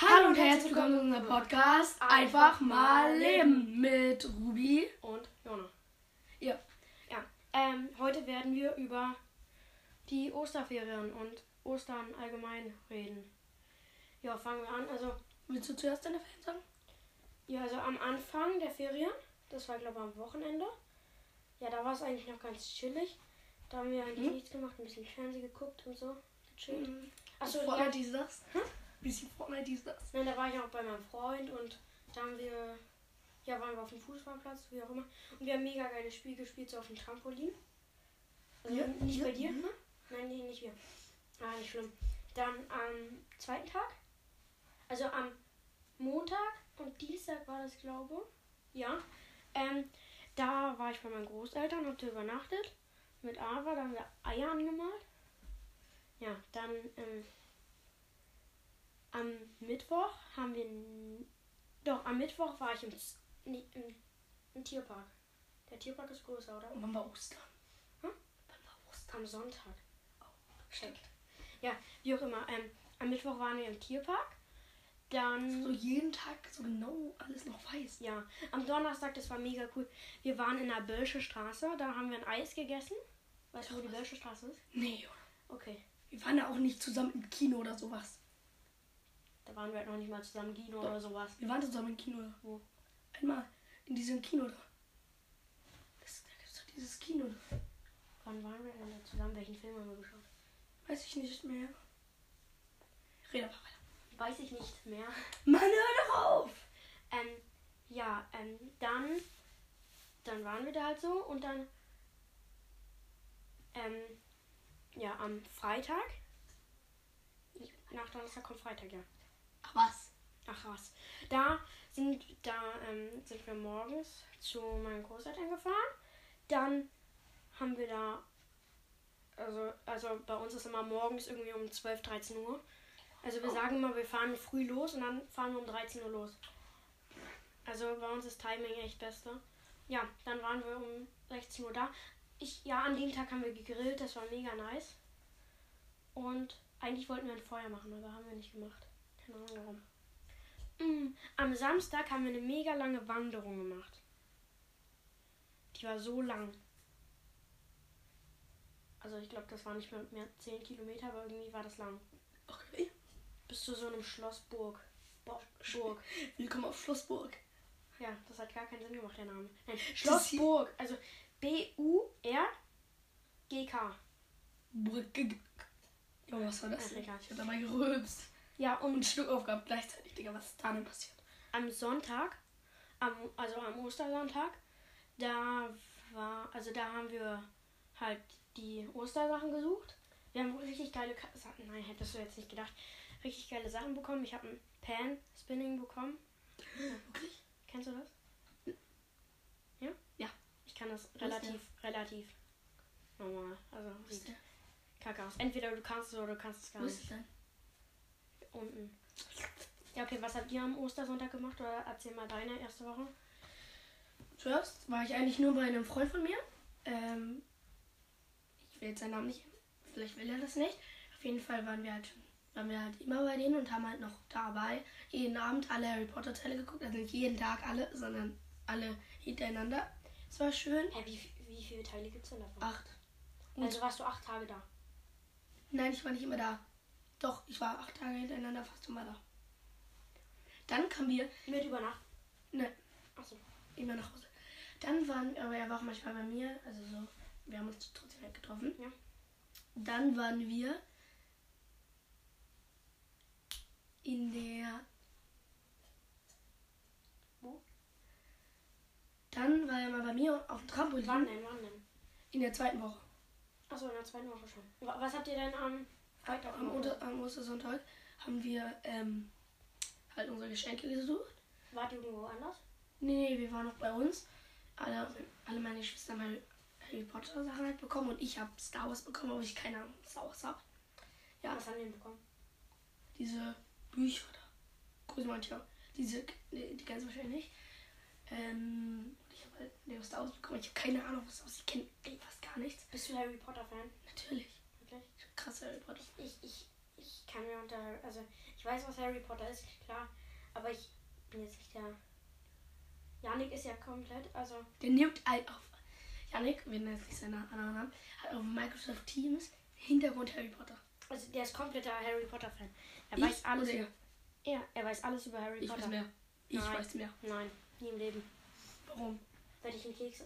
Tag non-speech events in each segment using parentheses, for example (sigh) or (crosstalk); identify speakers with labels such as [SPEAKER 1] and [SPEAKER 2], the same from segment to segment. [SPEAKER 1] Hallo und herzlich willkommen zu unserem Podcast Einfach mal leben mit Rubi.
[SPEAKER 2] und Jona.
[SPEAKER 1] Ja.
[SPEAKER 2] Ja, ähm, heute werden wir über die Osterferien und Ostern allgemein reden. Ja, fangen wir an. Also,
[SPEAKER 1] Willst du zuerst deine Fans sagen?
[SPEAKER 2] ja, also am Anfang der Ferien, das war glaube ich am Wochenende, ja, da war es eigentlich noch ganz chillig. Da haben wir eigentlich nichts gemacht, ein bisschen Fernsehen geguckt und so.
[SPEAKER 1] Hm.
[SPEAKER 2] Gechillt. Achso, ja,
[SPEAKER 1] Fortnite ist das. Bisschen Fortnite ist das.
[SPEAKER 2] Nein, da war ich auch bei meinem Freund und da haben wir, ja, waren wir auf dem Fußballplatz, wie auch immer. Und wir haben mega geiles Spiel gespielt, so auf dem Trampolin. Also
[SPEAKER 1] Ja,
[SPEAKER 2] nicht
[SPEAKER 1] ja,
[SPEAKER 2] bei dir?
[SPEAKER 1] mhm.
[SPEAKER 2] Nein, nee, nicht wir. Ah, nicht schlimm. Dann am zweiten Tag, also am Montag und Dienstag war das, glaube Ja. Ähm, da war ich bei meinen Großeltern, hab da übernachtet. Mit Ava, da haben wir Eier angemalt. Ja, dann ähm, am Mittwoch haben wir. n- Doch, am Mittwoch war ich im, Z- nee, im, im Tierpark. Der Tierpark ist größer, oder?
[SPEAKER 1] Und wann war Ostern?
[SPEAKER 2] Hm?
[SPEAKER 1] Wann war Ostern?
[SPEAKER 2] Am Sonntag. Stimmt. Ja, wie auch immer. Ähm, am Mittwoch waren wir im Tierpark.
[SPEAKER 1] So
[SPEAKER 2] Dann.
[SPEAKER 1] jeden Tag so genau alles noch weiß.
[SPEAKER 2] Ja, am Donnerstag, das war mega cool. Wir waren in der Bölsche Straße, da haben wir ein Eis gegessen. Weißt du, wo die Bölsche Straße ist?
[SPEAKER 1] Nee, oder?
[SPEAKER 2] Okay.
[SPEAKER 1] Wir waren ja auch nicht zusammen im Kino oder sowas.
[SPEAKER 2] Da waren wir halt noch nicht mal zusammen, Gino oder sowas.
[SPEAKER 1] Wir waren zusammen im Kino. Da.
[SPEAKER 2] Wo?
[SPEAKER 1] Einmal in diesem Kino da. Das, da gibt's doch dieses Kino da.
[SPEAKER 2] Wann waren wir denn da zusammen? Welchen Film haben wir geschaut?
[SPEAKER 1] Weiß ich nicht mehr. Red einfach weiter.
[SPEAKER 2] Weiß ich nicht mehr.
[SPEAKER 1] Mann, hör doch auf!
[SPEAKER 2] Ähm, ja, ähm, dann, dann waren wir da halt so und dann, ähm, ja, am Freitag, nach Donnerstag kommt Freitag, ja.
[SPEAKER 1] Ach was?
[SPEAKER 2] Ach was. Da sind, da, ähm, sind wir morgens zu meinen Großeltern gefahren. Dann haben wir da, also, also bei uns ist immer morgens irgendwie um 12, 13 Uhr. Also wir sagen immer, wir fahren früh los und dann fahren wir um 13 Uhr los. Also bei uns ist Timing echt beste. Ja, dann waren wir um 16 Uhr da. Ich, ja, an dem Tag haben wir gegrillt, das war mega nice. Und eigentlich wollten wir ein Feuer machen, aber haben wir nicht gemacht. Keine Ahnung warum. Mm, Am Samstag haben wir eine mega lange Wanderung gemacht. Die war so lang. Also ich glaube, das waren nicht mehr, mehr 10 Kilometer, aber irgendwie war das lang.
[SPEAKER 1] Okay.
[SPEAKER 2] Bis zu so einem Schlossburg. Bo Burg.
[SPEAKER 1] Willkommen auf Schlossburg.
[SPEAKER 2] Ja, das hat gar keinen Sinn gemacht, der Name. Nein,
[SPEAKER 1] hieß-
[SPEAKER 2] Schlossburg. Also B-U-R-G-K.
[SPEAKER 1] Brücke. Jo, was war das
[SPEAKER 2] Ach,
[SPEAKER 1] denn? Ich
[SPEAKER 2] egal.
[SPEAKER 1] hab dabei gerülpst.
[SPEAKER 2] Ja,
[SPEAKER 1] Und einen
[SPEAKER 2] und
[SPEAKER 1] Schluck aufgehabt gleichzeitig, Digga. Was ist da denn passiert?
[SPEAKER 2] am Sonntag, am, also am Ostersonntag, da war, also da haben wir halt die Ostersachen gesucht. Wir haben richtig geile Ka- Sachen, nein, hättest du jetzt nicht gedacht, richtig geile Sachen bekommen. Ich habe ein Pan-Spinning bekommen.
[SPEAKER 1] Wirklich?
[SPEAKER 2] Kennst du das? Ja?
[SPEAKER 1] Ja.
[SPEAKER 2] Ich kann das
[SPEAKER 1] der?
[SPEAKER 2] relativ, relativ normal. Also
[SPEAKER 1] Wo ist
[SPEAKER 2] sieht
[SPEAKER 1] der?
[SPEAKER 2] kacke aus. Entweder du kannst es oder du kannst es gar
[SPEAKER 1] Wo
[SPEAKER 2] nicht.
[SPEAKER 1] ist der denn?
[SPEAKER 2] Unten. Ja, okay, was habt ihr am Ostersonntag gemacht? Oder erzähl mal deine erste Woche.
[SPEAKER 1] Zuerst war ich eigentlich nur bei einem Freund von mir. Ähm, ich will jetzt seinen Namen nicht. Vielleicht will er das nicht. Auf jeden Fall waren wir halt schon, waren wir halt immer bei denen und haben halt noch dabei jeden Abend alle Harry Potter Teile geguckt. Also nicht jeden Tag alle, sondern alle hintereinander. Es war schön.
[SPEAKER 2] Hä, wie, wie viele Teile gibt es denn davon?
[SPEAKER 1] Acht. gut.
[SPEAKER 2] also warst du acht Tage da.
[SPEAKER 1] Nein, ich war nicht immer da. Doch, ich war acht Tage hintereinander fast immer da. Dann kamen wir,
[SPEAKER 2] Mit über Nacht.
[SPEAKER 1] ne,
[SPEAKER 2] Achso.
[SPEAKER 1] immer nach Hause. Dann waren, aber er war auch manchmal bei mir, also so, wir haben uns trotzdem nicht getroffen.
[SPEAKER 2] Ja.
[SPEAKER 1] Dann waren wir in der.
[SPEAKER 2] Wo?
[SPEAKER 1] Dann war er mal bei mir auf dem Trampolin
[SPEAKER 2] Wann denn? Wann denn?
[SPEAKER 1] in der zweiten Woche.
[SPEAKER 2] Achso, in der zweiten Woche schon. Wa- Was habt ihr denn am Freitag
[SPEAKER 1] Am,
[SPEAKER 2] gemacht?
[SPEAKER 1] Unter am Ostersonntag haben wir ähm, halt unsere Geschenke gesucht.
[SPEAKER 2] Wart ihr irgendwo anders?
[SPEAKER 1] Nee, nee, wir waren noch bei uns. Alle, alle meine Geschwister haben Harry- Harry Potter Sachen halt bekommen und ich habe Star Wars bekommen, aber ich keine Ahnung, was Star Wars habe. Ja.
[SPEAKER 2] Was haben wir denn bekommen?
[SPEAKER 1] Diese Bücher da. Grüße manchmal. Diese, nee, die ganz wahrscheinlich nicht. Ähm, und ich habe halt Leo Star Wars bekommen. Ich habe keine Ahnung, was Star Wars. Ich kenne fast gar nichts.
[SPEAKER 2] Bist du Harry Potter Fan?
[SPEAKER 1] Natürlich.
[SPEAKER 2] Wirklich?
[SPEAKER 1] Ich bin krasser Harry Potter.
[SPEAKER 2] Ich, ich, ich kann mir unter. Also, ich weiß, was Harry Potter ist, klar. Aber ich bin jetzt nicht der. Janik ist ja komplett. Also,
[SPEAKER 1] Der nimmt halt auf. Yannick, wir nennen jetzt nicht seinen anderen Namen, hat auf Microsoft Teams Hintergrund Harry Potter.
[SPEAKER 2] also der ist kompletter Harry Potter-Fan. Er
[SPEAKER 1] Ich
[SPEAKER 2] weiß alles.
[SPEAKER 1] oder
[SPEAKER 2] Über,
[SPEAKER 1] er?
[SPEAKER 2] ja, er weiß alles über Harry
[SPEAKER 1] Ich
[SPEAKER 2] Potter.
[SPEAKER 1] weiß mehr. Ich
[SPEAKER 2] Nein.
[SPEAKER 1] weiß mehr.
[SPEAKER 2] Nein, nie im Leben.
[SPEAKER 1] Warum?
[SPEAKER 2] Wenn ich einen Keks.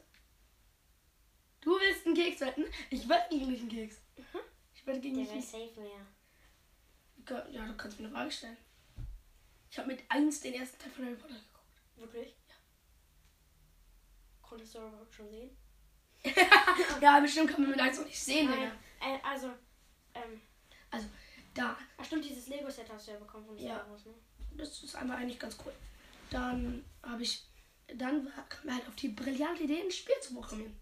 [SPEAKER 1] Du willst einen Keks wetten? Ich wette gegen dich einen Keks. Ich wette gegen
[SPEAKER 2] Mhm. Der
[SPEAKER 1] dich.
[SPEAKER 2] wäre
[SPEAKER 1] einen-
[SPEAKER 2] safe mehr.
[SPEAKER 1] Ge- Ja, du kannst mir eine Frage stellen. Ich habe mit 1 den ersten Teil von Harry Potter geguckt.
[SPEAKER 2] Wirklich? Ja. Konntest du überhaupt schon sehen?
[SPEAKER 1] Ja, bestimmt kann man mit 1 auch nicht sehen,
[SPEAKER 2] Ah. Nein.
[SPEAKER 1] Digga.
[SPEAKER 2] Äh, also, ähm,
[SPEAKER 1] Da,
[SPEAKER 2] ach stimmt, dieses Lego-Set hast du ja bekommen von
[SPEAKER 1] Ja.
[SPEAKER 2] Star Wars, ne?
[SPEAKER 1] das ist einmal eigentlich ganz cool. Dann habe ich, dann war- kam mir halt auf die brillante Idee, ein Spiel zu programmieren.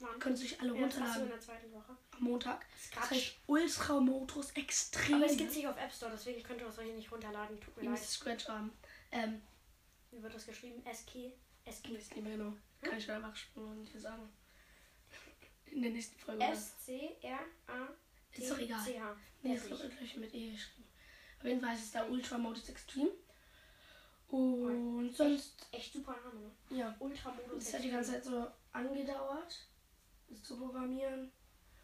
[SPEAKER 2] Wann?
[SPEAKER 1] Könntest du dich alle
[SPEAKER 2] Ja, das hast du in
[SPEAKER 1] runterladen
[SPEAKER 2] der zweiten Woche.
[SPEAKER 1] am Montag. Das
[SPEAKER 2] Quatsch.
[SPEAKER 1] heißt Ultra Motus Extrem.
[SPEAKER 2] Aber es gibt es nicht auf App Store, deswegen könnt ihr euch solche nicht runterladen. Tut
[SPEAKER 1] Ihr
[SPEAKER 2] mir leid.
[SPEAKER 1] müsst Scratch haben. Ähm,
[SPEAKER 2] Wie wird das geschrieben? SK? SK.
[SPEAKER 1] ich weiß nicht mehr genau.
[SPEAKER 2] Hm?
[SPEAKER 1] Kann ich einfach springen und dir sagen. In der nächsten Folge. oder?
[SPEAKER 2] S-C-R-A-T-C-H.
[SPEAKER 1] Ist doch egal. Nee, das wird gleich mit E geschrieben. Auf jeden Fall ist es der Ultra Modus Extreme. Und sonst,
[SPEAKER 2] Echt super Name, ne?
[SPEAKER 1] ja,
[SPEAKER 2] Ultramodus.
[SPEAKER 1] das hat die ganze Zeit so angedauert, das zu programmieren.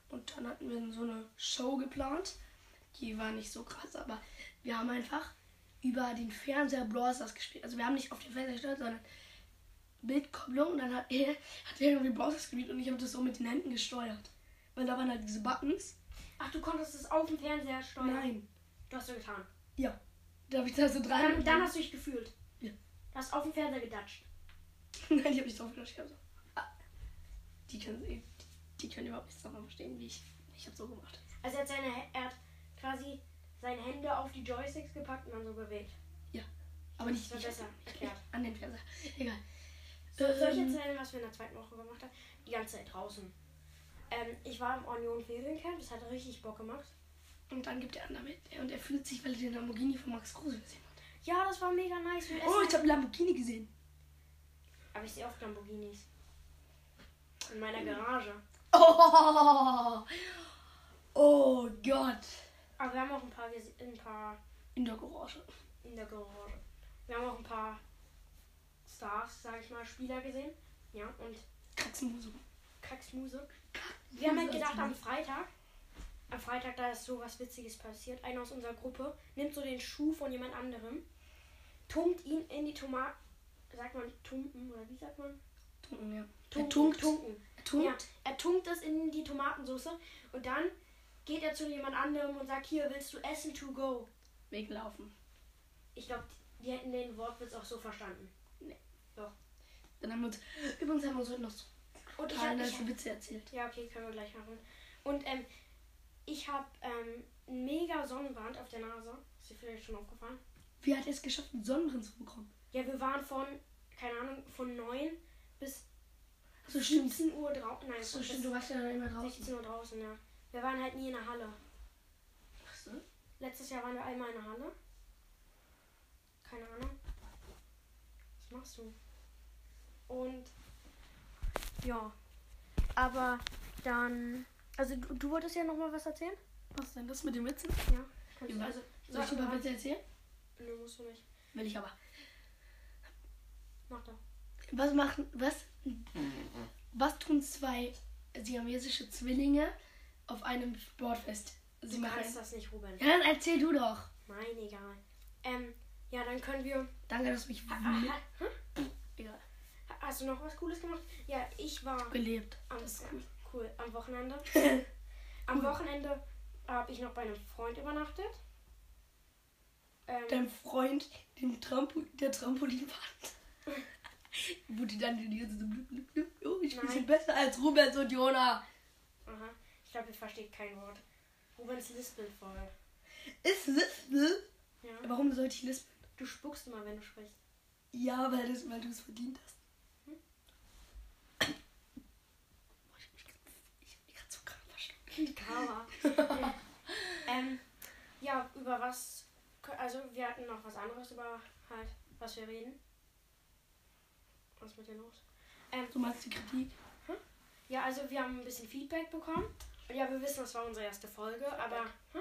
[SPEAKER 1] Und dann hatten wir so eine Show geplant. Die war nicht so krass, aber wir haben einfach über den Fernseher Brawl Stars gespielt. Also wir haben nicht auf den Fernseher gestellt, sondern Bildkopplung und dann hat er, hat er irgendwie Brawl Stars gespielt und ich habe das so mit den Händen gesteuert. Weil da waren halt diese Buttons.
[SPEAKER 2] Ach, du konntest es auf dem Fernseher steuern?
[SPEAKER 1] Nein.
[SPEAKER 2] Du hast so getan.
[SPEAKER 1] Ja. Da habe ich da so dran.
[SPEAKER 2] Dann, dann hast du dich gefühlt.
[SPEAKER 1] Ja.
[SPEAKER 2] Du hast auf dem Fernseher gedatscht.
[SPEAKER 1] (laughs) Nein, ich habe nicht drauf gedacht. Ich hab so. Ah. Die können, eh- die können überhaupt nichts davon verstehen, wie ich. Ich habe so gemacht.
[SPEAKER 2] Also er hat, seine, er hat quasi seine Hände auf die Joysticks gepackt und dann so gewählt.
[SPEAKER 1] Aber nicht.
[SPEAKER 2] Das
[SPEAKER 1] ich-
[SPEAKER 2] war besser
[SPEAKER 1] ich-
[SPEAKER 2] erklärt.
[SPEAKER 1] An den Fernseher. Egal.
[SPEAKER 2] So, soll ich
[SPEAKER 1] Ähm.
[SPEAKER 2] erzählen, was wir in der zweiten Woche gemacht haben? Die ganze Zeit draußen. Ähm, ich war im Union Feriencamp, das hat richtig Bock gemacht.
[SPEAKER 1] Ähm, Und dann gibt der andere mit. Und er fühlt sich, weil er den Lamborghini von Max Kruse gesehen hat.
[SPEAKER 2] Ja, das war mega nice. Wir
[SPEAKER 1] Oh,
[SPEAKER 2] essen-
[SPEAKER 1] ich habe Lamborghini gesehen.
[SPEAKER 2] Aber ich sehe oft Lamborghinis. In meiner Garage.
[SPEAKER 1] Oh, oh Gott.
[SPEAKER 2] Aber wir haben auch ein paar, gese- ein paar
[SPEAKER 1] In der Garage.
[SPEAKER 2] in der Garage. Wir haben auch ein paar Stars, sag ich mal, Spieler gesehen. Ja, und
[SPEAKER 1] Katzmusum.
[SPEAKER 2] Kacksmuse. Wir haben halt gedacht, am Freitag, am Freitag, da ist sowas Witziges passiert. Einer aus unserer Gruppe nimmt so den Schuh von jemand anderem, tunkt ihn in die Tomaten. Sagt man tunken oder wie sagt man?
[SPEAKER 1] Tunken, ja.
[SPEAKER 2] Tunken,
[SPEAKER 1] Er tunkt.
[SPEAKER 2] tunken.
[SPEAKER 1] Er tunkt.
[SPEAKER 2] Ja, er tunkt es in die Tomatensauce und dann geht er zu jemand anderem und sagt, hier willst du Essen to go.
[SPEAKER 1] Weglaufen.
[SPEAKER 2] Ich glaube, die hätten den Wortwitz auch so verstanden.
[SPEAKER 1] Dann haben wir uns. Übrigens haben wir uns heute noch so
[SPEAKER 2] Und ich
[SPEAKER 1] total
[SPEAKER 2] hab, ich
[SPEAKER 1] nice Witze erzählt.
[SPEAKER 2] Ja, okay, können wir gleich machen. Und ähm, ich habe ähm, einen mega Sonnenbrand auf der Nase. Ist dir vielleicht schon aufgefallen?
[SPEAKER 1] Wie hat er es geschafft, einen Sonnenbrand zu bekommen?
[SPEAKER 2] Ja, wir waren von, keine Ahnung, von 9 bis
[SPEAKER 1] So stimmt.
[SPEAKER 2] 17 Uhr draußen. Nein,
[SPEAKER 1] So
[SPEAKER 2] bis
[SPEAKER 1] Oh, stimmt, du warst ja dann immer draußen.
[SPEAKER 2] 16 Uhr draußen, ja. Wir waren halt nie in der Halle. Letztes Jahr waren wir einmal in der Halle. Keine Ahnung. Was machst du? Und ja. Aber dann. Also du, du wolltest ja nochmal was erzählen?
[SPEAKER 1] Was denn das mit dem Witzen?
[SPEAKER 2] Ja. Kannst du,
[SPEAKER 1] Über-
[SPEAKER 2] also,
[SPEAKER 1] Soll ich
[SPEAKER 2] sag
[SPEAKER 1] über
[SPEAKER 2] mal-
[SPEAKER 1] Witze erzählen?
[SPEAKER 2] Nee, musst du nicht.
[SPEAKER 1] Will ich aber.
[SPEAKER 2] Mach doch.
[SPEAKER 1] Was machen. Was? Was tun zwei siamesische Zwillinge auf einem Sportfest? Sie
[SPEAKER 2] Du
[SPEAKER 1] machen.
[SPEAKER 2] kannst das nicht, Ruben.
[SPEAKER 1] Ja, dann erzähl du doch.
[SPEAKER 2] Nein, egal. Ähm, ja, dann können wir.
[SPEAKER 1] Danke, dass du mich
[SPEAKER 2] Ah, ah, ha-
[SPEAKER 1] egal.
[SPEAKER 2] ha- Hast du noch was Cooles gemacht? Ja, ich war.
[SPEAKER 1] belebt.
[SPEAKER 2] Am,
[SPEAKER 1] Das ist cool.
[SPEAKER 2] cool.
[SPEAKER 1] (laughs)
[SPEAKER 2] Am Wochenende. Am Wochenende habe ich noch bei einem Freund übernachtet. Ähm,
[SPEAKER 1] Dein Freund, dem Trampo der Trampolinwand. (laughs) Wo die dann die ganze so blub, blub, blub. Oh, ich bin
[SPEAKER 2] Nein.
[SPEAKER 1] viel besser als Rubens und Jona.
[SPEAKER 2] aha. Ich glaube, ihr versteht kein Wort. Rubens lispelt voll.
[SPEAKER 1] Ist Lispel?
[SPEAKER 2] Ja.
[SPEAKER 1] Warum sollte ich Lispel?
[SPEAKER 2] Du spuckst immer, wenn du
[SPEAKER 1] (laughs)
[SPEAKER 2] sprichst.
[SPEAKER 1] Ja, weil, das, weil du es verdient hast. Boah,
[SPEAKER 2] Hm?
[SPEAKER 1] ich hab mich grad- ich hab mich grad so krank verschluckt. (laughs)
[SPEAKER 2] Karma. ähm, ja, über was. Also, wir hatten noch was anderes über halt, was wir reden. Was ist mit dir los? Ähm,
[SPEAKER 1] Du meinst die Kritik?
[SPEAKER 2] Ja, also wir haben ein bisschen Feedback bekommen. Und ja, wir wissen, das war unsere erste Folge, aber hm?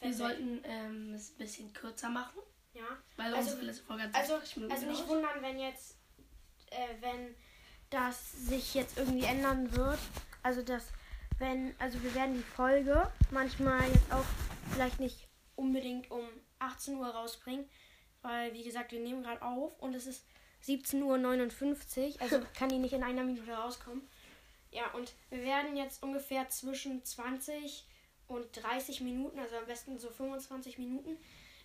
[SPEAKER 1] Wir
[SPEAKER 2] Fett.
[SPEAKER 1] sollten ähm, es ein bisschen kürzer machen,
[SPEAKER 2] Ja.
[SPEAKER 1] weil
[SPEAKER 2] Also-
[SPEAKER 1] unsere letzte Folge hat
[SPEAKER 2] also-
[SPEAKER 1] 60 Minuten
[SPEAKER 2] Also nicht
[SPEAKER 1] gedauert.
[SPEAKER 2] wundern, wenn jetzt, äh, wenn das sich jetzt irgendwie ändern wird. Also das, wenn, also wir werden die Folge manchmal jetzt auch vielleicht nicht unbedingt um 18 Uhr rausbringen, weil wie gesagt, wir nehmen gerade auf und es ist 17.59 Uhr, also kann die nicht in einer Minute rauskommen. Ja, und wir werden jetzt ungefähr zwischen 20 und 30 Minuten, also am besten so 25 Minuten,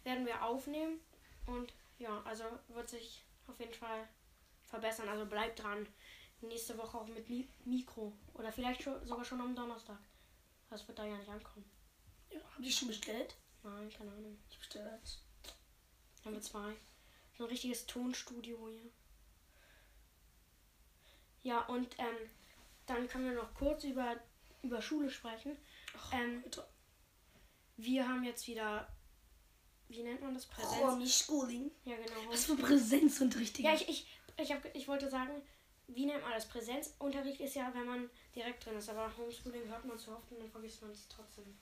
[SPEAKER 2] werden wir aufnehmen. Und ja, also wird sich auf jeden Fall verbessern. Also bleibt dran. Nächste Woche auch mit Mi Mikro. Oder vielleicht schon, sogar schon am Donnerstag. Das wird da ja nicht ankommen.
[SPEAKER 1] Ja, Habt ihr schon bestellt?
[SPEAKER 2] Nein, keine Ahnung.
[SPEAKER 1] Ich bestelle halt eins.
[SPEAKER 2] Haben wir zwei. So ein richtiges Tonstudio hier. Ja, und ähm, dann können wir noch kurz über, über Schule sprechen.
[SPEAKER 1] Ach,
[SPEAKER 2] Ähm,
[SPEAKER 1] Leute.
[SPEAKER 2] wir haben jetzt wieder, wie nennt man das? Präsenz.
[SPEAKER 1] Homeschooling.
[SPEAKER 2] Ja, genau.
[SPEAKER 1] Was für Präsenzunterricht, Digga.
[SPEAKER 2] Ja, ich, ich, ich, hab, ich wollte sagen, wie nennt man das? Präsenzunterricht ist ja, wenn man direkt drin ist, aber Homeschooling hört man zu oft und dann vergisst man es trotzdem.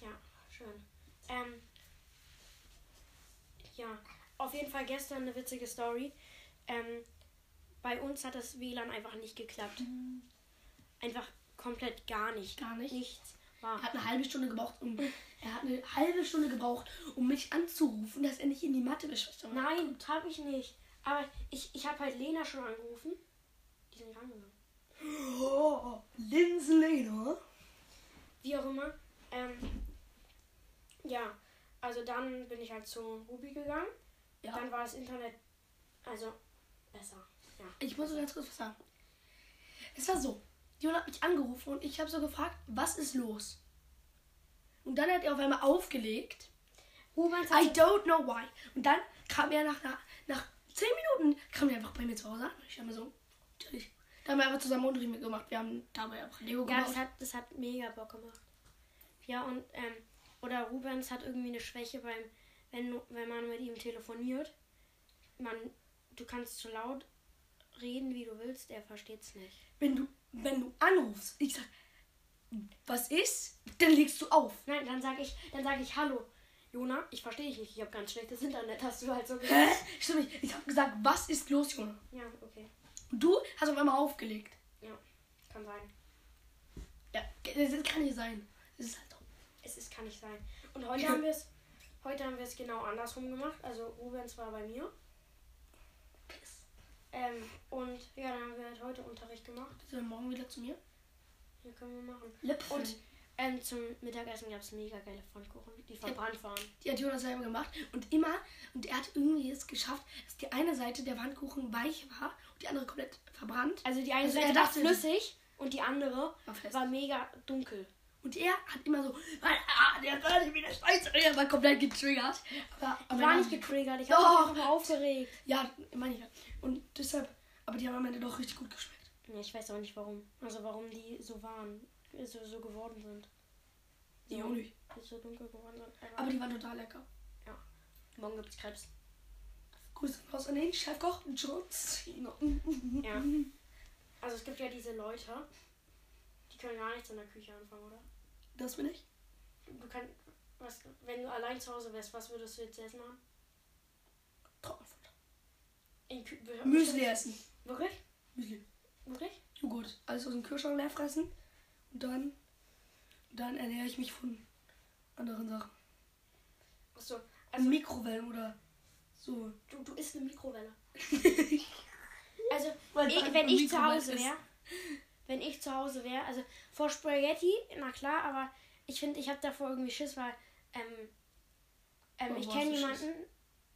[SPEAKER 2] Ja, schön. Ähm, ja, auf jeden Fall gestern eine witzige Story. Ähm, bei uns hat das WLAN einfach nicht geklappt. Einfach komplett gar nicht.
[SPEAKER 1] Gar nicht.
[SPEAKER 2] Nichts war.
[SPEAKER 1] Er hat eine halbe Stunde gebraucht, um er hat eine halbe Stunde gebraucht, um mich anzurufen, dass er nicht in die Mathe geschwächt war.
[SPEAKER 2] Nein, hab ich nicht. Aber ich, ich habe halt Lena schon angerufen. Die sind nicht rangegangen.
[SPEAKER 1] Oh, Linslena.
[SPEAKER 2] wie auch immer. Ähm, ja, also dann bin ich halt zu Ruby gegangen.
[SPEAKER 1] Ja.
[SPEAKER 2] Dann war das Internet also besser. Ja.
[SPEAKER 1] Ich muss so ganz kurz was sagen. Es war so, Jona hat mich angerufen und ich habe so gefragt, was ist los? Und dann hat er auf einmal aufgelegt.
[SPEAKER 2] Rubens
[SPEAKER 1] I
[SPEAKER 2] hat,
[SPEAKER 1] don't know why. Und dann kam er nach, einer, nach zehn Minuten, kam er einfach bei mir zu Hause an. Ich habe mir so, natürlich. Da haben wir einfach zusammen Unterricht mitgemacht. Wir haben dabei einfach Lego
[SPEAKER 2] ja,
[SPEAKER 1] gemacht.
[SPEAKER 2] das hat, das hat mega Bock gemacht. Ja, und ähm, oder Rubens hat irgendwie eine Schwäche beim, wenn, wenn man mit ihm telefoniert. Man, du kannst so laut reden, wie du willst, er versteht's nicht.
[SPEAKER 1] wenn, du, wenn du anrufst, ich sag, was ist? Dann legst du auf.
[SPEAKER 2] Nein, dann sag ich, dann sag ich Hallo. Jona, ich verstehe dich nicht, ich habe ganz schlechtes Internet, hast du halt so gesagt.
[SPEAKER 1] Hä? Stimmt nicht. Ich habe gesagt, was ist los, Junge?
[SPEAKER 2] Ja, okay.
[SPEAKER 1] Und du hast auf einmal aufgelegt.
[SPEAKER 2] Ja, kann sein.
[SPEAKER 1] Ja, das kann nicht sein. Das ist halt so.
[SPEAKER 2] Es ist, kann nicht sein. Und heute haben
[SPEAKER 1] (laughs)
[SPEAKER 2] wir es heute haben wir es genau andersrum gemacht. Also Rubens war bei mir.
[SPEAKER 1] Piss.
[SPEAKER 2] Ähm, und ja, dann haben wir halt heute Unterricht gemacht.
[SPEAKER 1] Bist du dann morgen wieder zu mir?
[SPEAKER 2] Hier können wir machen.
[SPEAKER 1] Lipfen.
[SPEAKER 2] Und ähm, zum Mittagessen gab es mega geile Pfannkuchen, die verbrannt waren.
[SPEAKER 1] Die hat Jonas selber gemacht. Und immer, und er hat irgendwie es geschafft, dass die eine Seite der Pfannkuchen weich war und die andere komplett verbrannt.
[SPEAKER 2] Also die eine
[SPEAKER 1] Also er
[SPEAKER 2] Seite war
[SPEAKER 1] dachte-
[SPEAKER 2] flüssig und die andere
[SPEAKER 1] War fest.
[SPEAKER 2] war mega dunkel.
[SPEAKER 1] Und er hat immer so, ah, der war nicht wieder scheiße. Er war komplett getriggert. Aber am
[SPEAKER 2] Ich
[SPEAKER 1] Ende-
[SPEAKER 2] war nicht getriggert, ich habe mich
[SPEAKER 1] Doch.
[SPEAKER 2] einfach mal aufgeregt.
[SPEAKER 1] Ja, meine ich ja. Und deshalb, aber die haben am Ende doch richtig gut geschmeckt.
[SPEAKER 2] Ja, ich weiß auch nicht warum. Also warum die so waren, so, so geworden sind.
[SPEAKER 1] Die auch nicht.
[SPEAKER 2] So dunkel geworden sind.
[SPEAKER 1] Aber die waren total lecker.
[SPEAKER 2] morgen gibt's Krebs.
[SPEAKER 1] Grüße raus an den Chefkoch John Cena.
[SPEAKER 2] Ja. Also es gibt ja diese Leute, die können gar nichts in der Küche anfangen, oder?
[SPEAKER 1] Das bin ich.
[SPEAKER 2] Du kannst, was, wenn du allein zu Hause wärst, was würdest du jetzt essen haben?
[SPEAKER 1] Trockenfutter.
[SPEAKER 2] In Kü wir-
[SPEAKER 1] Müsli essen.
[SPEAKER 2] Wirklich?
[SPEAKER 1] Müsli.
[SPEAKER 2] Wirklich?
[SPEAKER 1] Joghurt. Alles aus dem Kühlschrank leer fressen. Und dann, dann ernähre ich mich von anderen Sachen.
[SPEAKER 2] Achso,
[SPEAKER 1] Also
[SPEAKER 2] Also-
[SPEAKER 1] Mikrowellen oder so.
[SPEAKER 2] du, du isst
[SPEAKER 1] (laughs)
[SPEAKER 2] eine Mikrowelle. also,
[SPEAKER 1] Weil
[SPEAKER 2] ich,
[SPEAKER 1] man
[SPEAKER 2] wenn
[SPEAKER 1] eine
[SPEAKER 2] ich zu
[SPEAKER 1] Mikrowelle
[SPEAKER 2] Hause
[SPEAKER 1] isst.
[SPEAKER 2] wäre, wenn ich zu Hause wäre, also vor Spaghetti, na klar, aber ich finde, ich habe davor irgendwie Schiss, weil, ähm, ähm
[SPEAKER 1] Vor
[SPEAKER 2] ich
[SPEAKER 1] was
[SPEAKER 2] kenne
[SPEAKER 1] hast du
[SPEAKER 2] jemanden,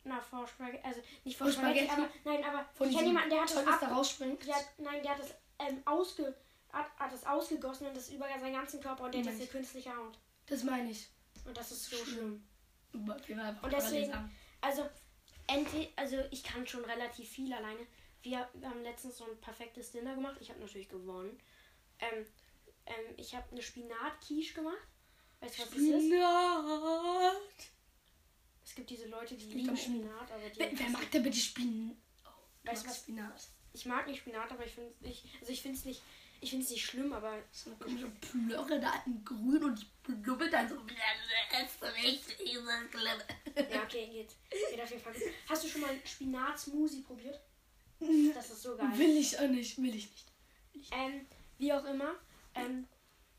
[SPEAKER 2] na, vor Spaghetti, also nicht vor,
[SPEAKER 1] Vor
[SPEAKER 2] Spaghetti,
[SPEAKER 1] Spaghetti?
[SPEAKER 2] aber, nein, aber
[SPEAKER 1] Von
[SPEAKER 2] ich kenne
[SPEAKER 1] diesem
[SPEAKER 2] jemanden, der hat das
[SPEAKER 1] Zeug,
[SPEAKER 2] ab,
[SPEAKER 1] da rausspringt.
[SPEAKER 2] Der hat, nein, der hat das ähm, ausge, hat, hat das ausgegossen und das über seinen ganzen Körper und der hat das
[SPEAKER 1] Mensch.
[SPEAKER 2] hier künstliche Haut.
[SPEAKER 1] Das meine ich.
[SPEAKER 2] Und das ist so
[SPEAKER 1] Schlimm.
[SPEAKER 2] schlimm.
[SPEAKER 1] Wir waren einfach
[SPEAKER 2] Und
[SPEAKER 1] parallel
[SPEAKER 2] deswegen-
[SPEAKER 1] sagen.
[SPEAKER 2] Also, ente, also ich kann schon relativ viel alleine. Wir, wir haben letztens so ein perfektes Dinner gemacht. Ich habe natürlich gewonnen. Ähm, ähm, ich habe eine Spinat-Quiche gemacht. Weißt du, was das ist?
[SPEAKER 1] Spinat.
[SPEAKER 2] Es gibt diese Leute, die
[SPEAKER 1] lieb
[SPEAKER 2] lieben
[SPEAKER 1] Spinat.
[SPEAKER 2] Spinat, aber die,
[SPEAKER 1] Wer, wer mag denn bitte Spinat? Oh,
[SPEAKER 2] Weißt
[SPEAKER 1] magst
[SPEAKER 2] du was?
[SPEAKER 1] Spinat?
[SPEAKER 2] ich mag nicht Spinat, aber ich finde es nicht, also ich finde es nicht Ich finde es nicht schlimm, aber
[SPEAKER 1] So eine komische Plörre da in grün und die blubbelt dann so. Das ist richtig diese Klippe.
[SPEAKER 2] ja, okay, geht. Geht auf jeden Fall. gut. Hast du schon mal Spinat-Smoothie probiert? Das ist so geil.
[SPEAKER 1] Will ich auch nicht, will ich nicht.
[SPEAKER 2] Ähm, wie auch immer. Ähm,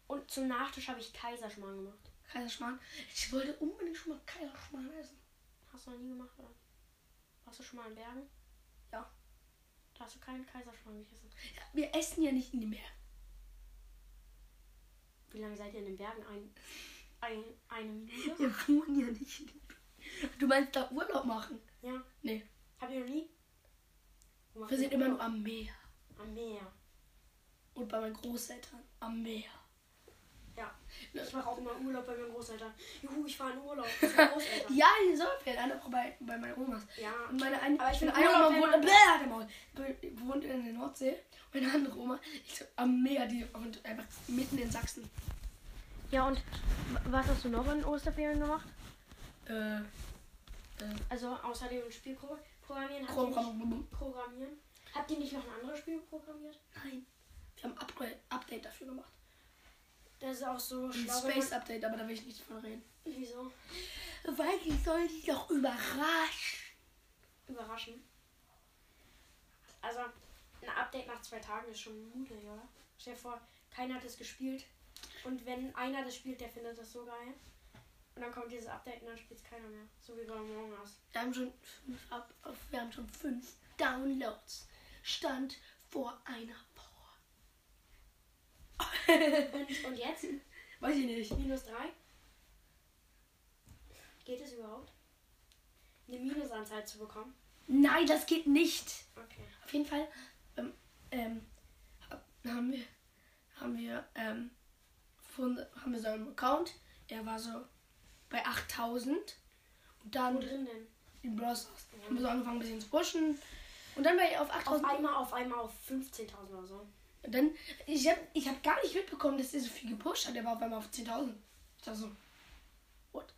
[SPEAKER 2] und zum Nachtisch habe ich Kaiserschmarrn gemacht.
[SPEAKER 1] Kaiserschmarrn. Ich wollte unbedingt schon mal Kaiserschmarrn essen.
[SPEAKER 2] Hast du noch nie gemacht, oder? Warst du schon mal in Bergen?
[SPEAKER 1] Ja.
[SPEAKER 2] Da hast du keinen Kaiserschmarrn gegessen.
[SPEAKER 1] Ja, Wir essen ja nicht in die Meer.
[SPEAKER 2] Wie lange seid ihr in den Bergen? Ein, ein, eine Minute?
[SPEAKER 1] Wir wohnen ja nicht in die Meer. Du meinst da Urlaub machen?
[SPEAKER 2] Ja.
[SPEAKER 1] Nee,
[SPEAKER 2] Habt ihr noch nie? Wo macht
[SPEAKER 1] wir sind
[SPEAKER 2] ihr
[SPEAKER 1] immer nur
[SPEAKER 2] Urlaub?
[SPEAKER 1] am Meer.
[SPEAKER 2] am Meer.
[SPEAKER 1] Und bei meinen Großeltern am Meer.
[SPEAKER 2] Ja.
[SPEAKER 1] Ja.
[SPEAKER 2] Ich mache auch immer Urlaub bei meinen Großeltern. Juhu, ich fahre in Urlaub. zu
[SPEAKER 1] (laughs)
[SPEAKER 2] meinen Großeltern.
[SPEAKER 1] Ja, in Sonnenfeld, eine Woche bei, bei meinen Omas.
[SPEAKER 2] ja.
[SPEAKER 1] Und meine eine,
[SPEAKER 2] Aber ich
[SPEAKER 1] meine
[SPEAKER 2] bin
[SPEAKER 1] eine
[SPEAKER 2] Urlaub,
[SPEAKER 1] Oma
[SPEAKER 2] wenn
[SPEAKER 1] wohnt,
[SPEAKER 2] man-
[SPEAKER 1] Bläh, hat er Maul. Be- wohnt in der Nordsee. Meine andere Oma ist am Meer, die und einfach mitten in Sachsen.
[SPEAKER 2] Ja, und was hast du noch in Osterferien gemacht?
[SPEAKER 1] Äh, äh,
[SPEAKER 2] Also außer dem Spielprogrammieren habt ihr
[SPEAKER 1] Krom,
[SPEAKER 2] nicht,
[SPEAKER 1] Krom, Bum, Bum.
[SPEAKER 2] Programmieren. Habt ihr nicht noch ein anderes Spiel programmiert?
[SPEAKER 1] Nein. Wir haben Upgrade, Update dafür gemacht.
[SPEAKER 2] Das ist auch so
[SPEAKER 1] Ein
[SPEAKER 2] schlau. wenn
[SPEAKER 1] Space
[SPEAKER 2] man-
[SPEAKER 1] Update, aber da will ich nicht von reden.
[SPEAKER 2] Wieso?
[SPEAKER 1] Weil die sollen dich doch überraschen.
[SPEAKER 2] Überraschen. Also, ein Update nach zwei Tagen ist schon müde, ja. Stell dir vor, keiner hat es gespielt. Und wenn einer das spielt, der findet das so geil. Und dann kommt dieses Update und dann spielt es keiner mehr. So wie bei Among Us.
[SPEAKER 1] Wir haben schon fünf, Up wir haben schon fünf Downloads. Stand vor einer Woche. (laughs)
[SPEAKER 2] Und, und jetzt?
[SPEAKER 1] Weiß ich nicht.
[SPEAKER 2] Minus 3? Geht es überhaupt? Eine Minusanzahl zu bekommen?
[SPEAKER 1] Nein, das geht nicht.
[SPEAKER 2] Okay.
[SPEAKER 1] Auf jeden Fall ähm, ähm, hab- haben wir, haben wir, ähm, von, haben wir seinen Account. Er war so bei 8000. Und
[SPEAKER 2] Wo
[SPEAKER 1] dann
[SPEAKER 2] drin denn?
[SPEAKER 1] in Brawl Stars haben wir so angefangen, ein bisschen zu pushen. Und dann war er auf
[SPEAKER 2] Auf
[SPEAKER 1] 8000.
[SPEAKER 2] einmal, auf einmal auf 15.000 oder so.
[SPEAKER 1] Und dann, ich habe ich hab gar nicht mitbekommen, dass er so viel gepusht hat. Er war auf einmal auf 10.000. Ich war so, what?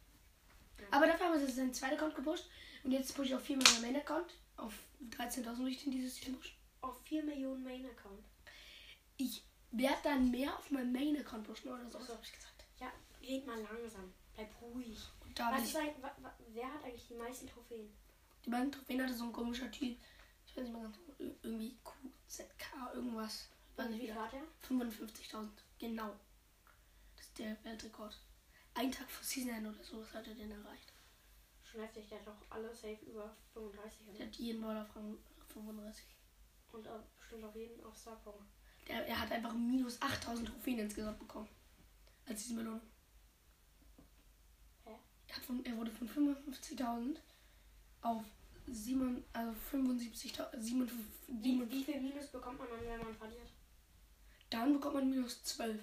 [SPEAKER 1] Aber dafür haben wir so seinen zweiten Account gepusht. Und jetzt pushe ich auf viermal meinen Main-Account. Auf 13.000 würde ich den dieses Jahr pushen.
[SPEAKER 2] Auf 4 Millionen Main-Account.
[SPEAKER 1] Ich werde dann mehr auf meinem Main-Account pushen oder so.
[SPEAKER 2] Ach so.
[SPEAKER 1] hab ich gesagt.
[SPEAKER 2] Ja, red mal langsam. Bleib ruhig.
[SPEAKER 1] Und da
[SPEAKER 2] Was
[SPEAKER 1] habe
[SPEAKER 2] ist
[SPEAKER 1] ich.
[SPEAKER 2] eigentlich, wa, wa, wer hat eigentlich die meisten Trophäen?
[SPEAKER 1] Die beiden Trophäen hatte so ein komischer Typ. Ich weiß nicht mehr ganz genau. Ir- Irgendwie QZK, irgendwas. Ich weiß
[SPEAKER 2] Und
[SPEAKER 1] nicht
[SPEAKER 2] wie viel
[SPEAKER 1] wieder.
[SPEAKER 2] hat er?
[SPEAKER 1] 55.000. Genau. Das ist der Weltrekord. Ein Tag vor Season End oder so, das hat er den erreicht.
[SPEAKER 2] Schon heftig, der hat doch alle safe über 35.
[SPEAKER 1] Der hat jeden Ball auf Rang 35.
[SPEAKER 2] Und äh, bestimmt auch jeden auf Starpong.
[SPEAKER 1] Der, er hat einfach minus 8000 Trophäen insgesamt bekommen. Als diese Belohnung.
[SPEAKER 2] Hä?
[SPEAKER 1] Er, hat von, er wurde von 55.000 auf sieben, also 75.000.
[SPEAKER 2] Wie,
[SPEAKER 1] 57,
[SPEAKER 2] wie viel Minus bekommt man dann, wenn man verliert?
[SPEAKER 1] dann bekommt man minus 12.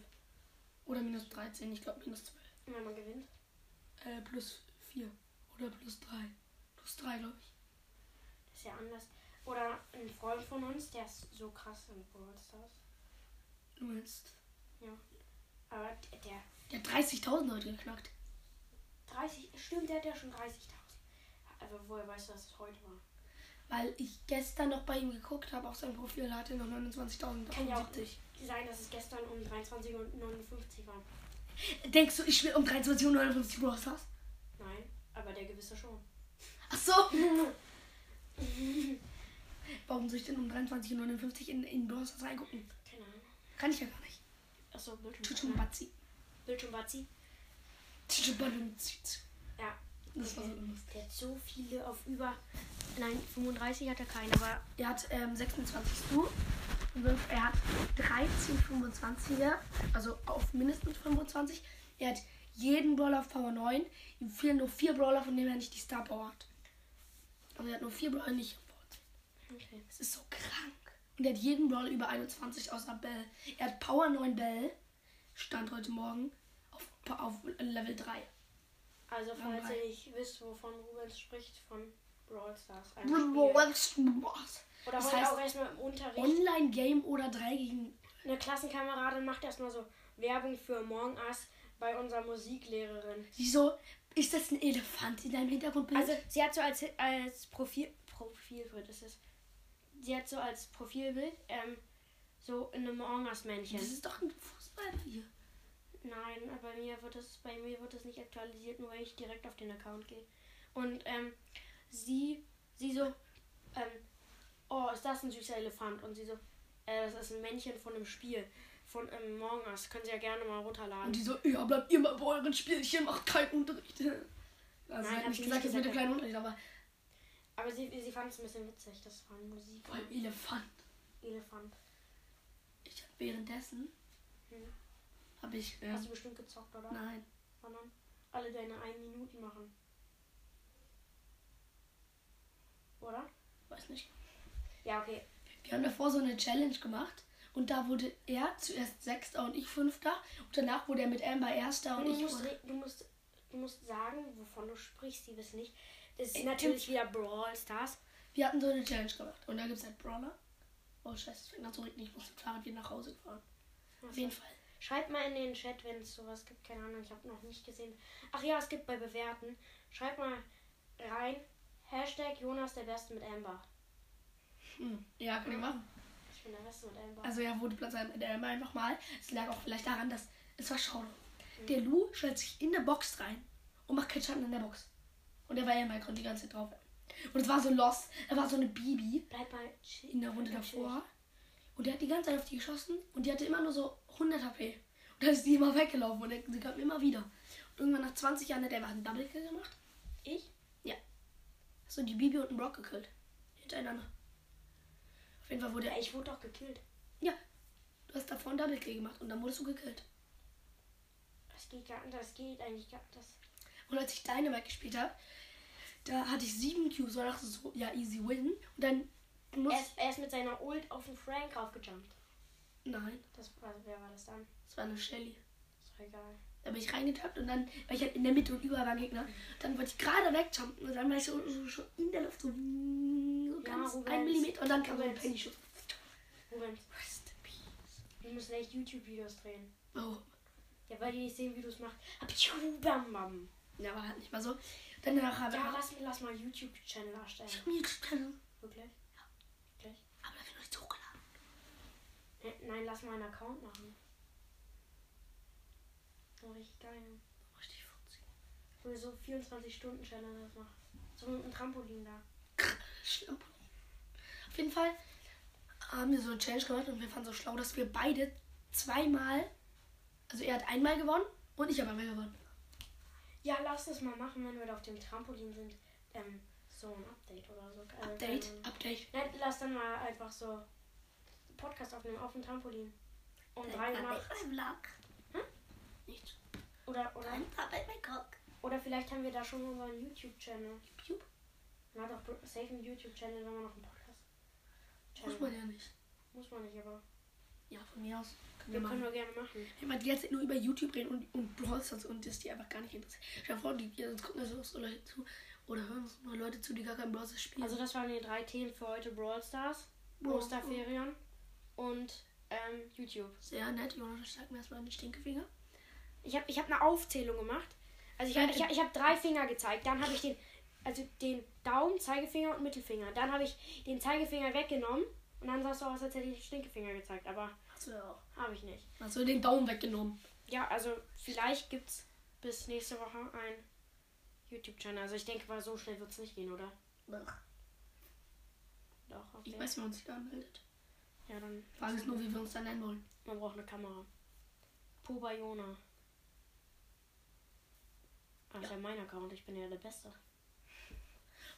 [SPEAKER 1] Oder minus 13, ich glaube minus 12.
[SPEAKER 2] Und wenn man gewinnt?
[SPEAKER 1] Äh, plus 4. Oder plus 3. Plus 3, glaube ich.
[SPEAKER 2] Das ist ja anders. Oder ein Freund von uns, der ist so krass im Brawl Stars.
[SPEAKER 1] Du meinst.
[SPEAKER 2] Aber der, der
[SPEAKER 1] Der hat 30.000 heute geknackt.
[SPEAKER 2] 30, stimmt, der hat ja schon 30.000. Aber woher weißt du, dass es heute war?
[SPEAKER 1] Weil ich gestern noch bei ihm geguckt habe, auf sein Profil, da hat er noch 29.000.
[SPEAKER 2] Kann ja auch sein, dass es gestern um 23.59 Uhr war.
[SPEAKER 1] Denkst du, ich will um 23.59 Uhr Brawl Stars?
[SPEAKER 2] Nein, aber der gewisse schon.
[SPEAKER 1] Ach so. Warum soll ich denn um 23.59 Uhr in, in Brawl Stars reingucken?
[SPEAKER 2] Keine Ahnung.
[SPEAKER 1] Kann ich ja gar nicht.
[SPEAKER 2] Achso, Bildschirm.
[SPEAKER 1] Chuchumbatzi.
[SPEAKER 2] Bildschirmbazi.
[SPEAKER 1] Chuchumbatzi.
[SPEAKER 2] Ja.
[SPEAKER 1] Das war so lustig.
[SPEAKER 2] Der hat so viele auf über. Nein, 35 hat er keinen, aber
[SPEAKER 1] Er hat ähm, 26 zu. Wirf- Er hat 13 25er, also auf mindestens 25. Er hat jeden Brawler auf Power 9. Ihm fehlen nur vier Brawler, von denen er nicht die Star Power hat. Also er hat nur vier Brawler nicht auf Power 10.
[SPEAKER 2] okay.
[SPEAKER 1] Das ist so krank. Und er hat jeden Brawler über 21 außer Bell. Er hat Power 9 Bell, stand heute Morgen, auf, auf Level 3.
[SPEAKER 2] Also, falls
[SPEAKER 1] Normal.
[SPEAKER 2] ihr nicht wisst, wovon Rubens spricht, von Brawl Stars. Ein Spiel.
[SPEAKER 1] Online-Game
[SPEAKER 2] Oder
[SPEAKER 1] Das
[SPEAKER 2] heute
[SPEAKER 1] heißt-
[SPEAKER 2] auch erstmal im Unterricht.
[SPEAKER 1] oder 3 gegen
[SPEAKER 2] Eine Klassenkameradin macht erstmal so Werbung für Among Us bei unserer Musiklehrerin.
[SPEAKER 1] Wieso ist das ein Elefant in deinem Hintergrundbild?
[SPEAKER 2] Also, sie hat so als, als Profil. Profilbild ist es. Sie hat so als Profilbild ähm, So in einem
[SPEAKER 1] Das
[SPEAKER 2] Orgas-Männchen.
[SPEAKER 1] ist doch ein Fußballbier.
[SPEAKER 2] Nein, bei mir wird es, bei mir wird es nicht aktualisiert, nur wenn ich direkt auf den Account gehe. Und ähm, sie, sie so, ähm, oh, ist das ein süßer Elefant? Und sie so, äh, das ist ein Männchen von einem Spiel, von ähm, Among Us. Können Sie ja gerne mal runterladen.
[SPEAKER 1] Und die so, ja, bleibt ihr mal bei euren Spielchen, macht keinen Unterricht. (laughs) Also
[SPEAKER 2] Nein,
[SPEAKER 1] Nein,
[SPEAKER 2] hab
[SPEAKER 1] hat
[SPEAKER 2] ich
[SPEAKER 1] nicht gesagt, jetzt
[SPEAKER 2] nicht
[SPEAKER 1] mit dem
[SPEAKER 2] gesagt.
[SPEAKER 1] kleinen Unterricht, aber
[SPEAKER 2] Aber sie, sie fand es ein bisschen witzig, das war Musik.
[SPEAKER 1] vor allem Elefant.
[SPEAKER 2] Elefant.
[SPEAKER 1] Ich habe währenddessen,
[SPEAKER 2] Hm.
[SPEAKER 1] habe ich, äh,
[SPEAKER 2] Hast du bestimmt gezockt, oder?
[SPEAKER 1] nein,
[SPEAKER 2] Sondern alle deine 1 Minuten machen. Oder?
[SPEAKER 1] weiß nicht.
[SPEAKER 2] Ja, okay.
[SPEAKER 1] Wir haben davor so eine Challenge gemacht und da wurde er zuerst Sechster und ich Fünfter und danach wurde er mit Amber Erster und
[SPEAKER 2] du,
[SPEAKER 1] ich
[SPEAKER 2] musst,
[SPEAKER 1] wurde...
[SPEAKER 2] re- du, musst, du musst sagen, wovon du sprichst, sie wissen nicht. Das ist Äh, natürlich wieder Brawl Stars.
[SPEAKER 1] Wir hatten so eine Challenge gemacht und da gibt es halt Brawler. Oh scheiße, es fängt an zu regnen, ich muss mit dem Fahrrad wieder nach Hause fahren. Auf jeden Fall.
[SPEAKER 2] Schreibt mal in den Chat, wenn es sowas gibt. Keine Ahnung, ich habe noch nicht gesehen. Ach ja, es gibt bei Bewerten. Schreibt mal rein. Hashtag Jonas der Beste mit Amber.
[SPEAKER 1] Hm. Ja, können wir machen.
[SPEAKER 2] Ich bin der Beste mit Amber.
[SPEAKER 1] Also er wurde Platz 1 mit Amber einfach mal. Es lag auch vielleicht daran, dass es war Showdown. Der Lou stellt sich in der Box rein und macht keinen Schaden in der Box. Und er war Amber, er konnte die ganze Zeit drauf. Und es war so los, er war so eine Bibi.
[SPEAKER 2] Bleib mal chill.
[SPEAKER 1] in der Runde
[SPEAKER 2] Natürlich.
[SPEAKER 1] davor. Und der hat die ganze Zeit auf die geschossen und die hatte immer nur so 100 HP. Und dann ist die immer weggelaufen und dann- sie kam immer wieder. Und irgendwann nach 20 Jahren hat er einfach einen Double Kill gemacht.
[SPEAKER 2] Ich?
[SPEAKER 1] Hast du die Bibi und einen Brock gekillt. Hintereinander. Auf jeden Fall wurde
[SPEAKER 2] Ja,
[SPEAKER 1] er.
[SPEAKER 2] ich wurde doch gekillt.
[SPEAKER 1] Ja. Du hast davor einen Double Kill gemacht und dann wurdest du gekillt.
[SPEAKER 2] Das geht gar nicht. Das geht eigentlich gar nicht. Das
[SPEAKER 1] Und als ich Dynamite gespielt habe, da hatte ich 7 Q, so nach so, ja, easy win. Und dann muss.
[SPEAKER 2] Er, ist, er ist mit seiner Ult auf den Frank raufgejumpt.
[SPEAKER 1] Nein,
[SPEAKER 2] Das, also, wer war das dann?
[SPEAKER 1] es war eine Shelly.
[SPEAKER 2] Ist doch egal.
[SPEAKER 1] Da bin ich reingetappt und dann war ich halt in der Mitte und überall waren Gegner. Dann wollte ich gerade wegjumpen und dann war ich so, so, so in der Luft so, so
[SPEAKER 2] Ja,
[SPEAKER 1] ganz
[SPEAKER 2] Ruben's.
[SPEAKER 1] ein Millimeter und dann kam so ein
[SPEAKER 2] Ruben's.
[SPEAKER 1] Penny-Schuss.
[SPEAKER 2] Moment,
[SPEAKER 1] Rest in peace.
[SPEAKER 2] wir müssen echt YouTube-Videos drehen.
[SPEAKER 1] Oh,
[SPEAKER 2] Ja, weil die nicht sehen, wie du es machst. Hapichu, bam, bam.
[SPEAKER 1] ja, war halt nicht mal so. Dann danach habe
[SPEAKER 2] Ja,
[SPEAKER 1] ich
[SPEAKER 2] lass, lass mal YouTube-Channel erstellen.
[SPEAKER 1] ich mir gestanden,
[SPEAKER 2] Wirklich? Wirklich?
[SPEAKER 1] aber da habe ich noch nichts hochgeladen.
[SPEAKER 2] Ne- Nein, lass mal einen Account machen. So richtig geil.
[SPEAKER 1] Wo ist die Furzi?
[SPEAKER 2] Wo wir so 24-Stunden-Challenges machen. So mit einem Trampolin da.
[SPEAKER 1] Krr, Schlampe. Auf jeden Fall haben wir so eine Challenge gemacht und wir fanden so schlau, dass wir beide zweimal, also er hat einmal gewonnen und ich habe einmal gewonnen.
[SPEAKER 2] Ja, lass das mal machen, wenn wir da auf dem Trampolin sind. Ähm, so ein Update oder so. Also,
[SPEAKER 1] Update,
[SPEAKER 2] keine Ahnung.
[SPEAKER 1] Update.
[SPEAKER 2] Nein, lass dann mal einfach so einen Podcast aufnehmen auf dem Trampolin. Um
[SPEAKER 1] Äh,
[SPEAKER 2] drei Uhr nachts.
[SPEAKER 1] Vlog.
[SPEAKER 2] Hm?
[SPEAKER 1] Nichts.
[SPEAKER 2] Oder, oder,
[SPEAKER 1] Papa in Bangkok.
[SPEAKER 2] oder vielleicht haben wir da schon unseren YouTube-Channel.
[SPEAKER 1] YouTube?
[SPEAKER 2] Na doch, safe einen YouTube-Channel, wenn man noch einen Podcast.
[SPEAKER 1] Muss man ja nicht.
[SPEAKER 2] Muss man nicht, aber
[SPEAKER 1] Ja, von mir aus. Können
[SPEAKER 2] wir
[SPEAKER 1] wir
[SPEAKER 2] können
[SPEAKER 1] machen.
[SPEAKER 2] wir gerne machen.
[SPEAKER 1] Jemand die ganze Zeit nur über YouTube reden und, und Brawl Stars und das die einfach gar nicht interessiert. Stell dir vor, die, die, sonst gucken das auch so Leute zu oder hören uns nur Leute zu, die gar kein Brawl Stars spielen.
[SPEAKER 2] Also das waren die drei Themen für heute. Brawl Stars,
[SPEAKER 1] Brawl- oh.
[SPEAKER 2] Osterferien und ähm, YouTube.
[SPEAKER 1] Sehr nett. Jonas sagt mir erstmal den Stinkefinger.
[SPEAKER 2] Ich habe ich hab eine Aufzählung gemacht. Also ich habe ich, hab- ich hab drei Finger gezeigt. Dann habe ich den, also den Daumen, Zeigefinger und Mittelfinger. Dann habe ich den Zeigefinger weggenommen. Und dann sah es so aus, als hätte ich den Stinkefinger gezeigt. Aber
[SPEAKER 1] Hast du ja auch.
[SPEAKER 2] habe ich nicht.
[SPEAKER 1] Hast du den Daumen weggenommen?
[SPEAKER 2] Ja, also vielleicht gibt's bis nächste Woche ein YouTube-Channel. Also ich denke mal, so schnell wird's nicht gehen, oder? Doch, okay.
[SPEAKER 1] Ich weiß, wie man sich da anmeldet.
[SPEAKER 2] Ja, dann.
[SPEAKER 1] Frage ist nur, wie wir uns da nennen wollen.
[SPEAKER 2] Man braucht eine Kamera. Poba Jona. Ach, Ah, ist ja mein Account. Ich bin ja der Beste.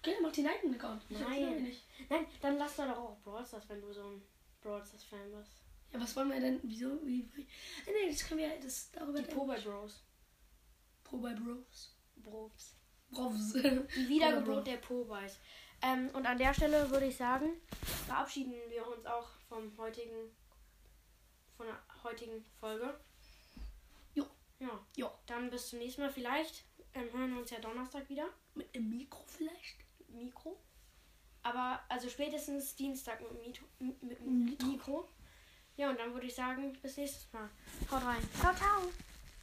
[SPEAKER 1] Okay, dann mach den eigenen Account. Ich hab's
[SPEAKER 2] Nein.
[SPEAKER 1] noch nicht.
[SPEAKER 2] Nein, dann lass da doch auch Brawl Stars, wenn du so ein Brawl Stars Fan bist.
[SPEAKER 1] Ja, was wollen wir denn? Wieso? Wie, wie? Ah, Nee, das können wir das darüber
[SPEAKER 2] Die Poba Bros.
[SPEAKER 1] Pro bei Bros.
[SPEAKER 2] Bros.
[SPEAKER 1] Bros. (laughs)
[SPEAKER 2] Die Wiedergeburt der Pobais. Ähm, und an der Stelle würde ich sagen, verabschieden wir uns auch vom heutigen, von der heutigen Folge.
[SPEAKER 1] Jo.
[SPEAKER 2] Ja.
[SPEAKER 1] Jo.
[SPEAKER 2] Dann bis zum nächsten Mal. Vielleicht ähm, hören wir uns ja Donnerstag wieder.
[SPEAKER 1] Mit einem Mikro vielleicht?
[SPEAKER 2] Mikro. Aber also spätestens Dienstag mit, Mito, mit, mit
[SPEAKER 1] Mikro.
[SPEAKER 2] Mikro. Ja, und dann würde ich sagen, bis nächstes Mal. Haut rein. Ciao, ciao.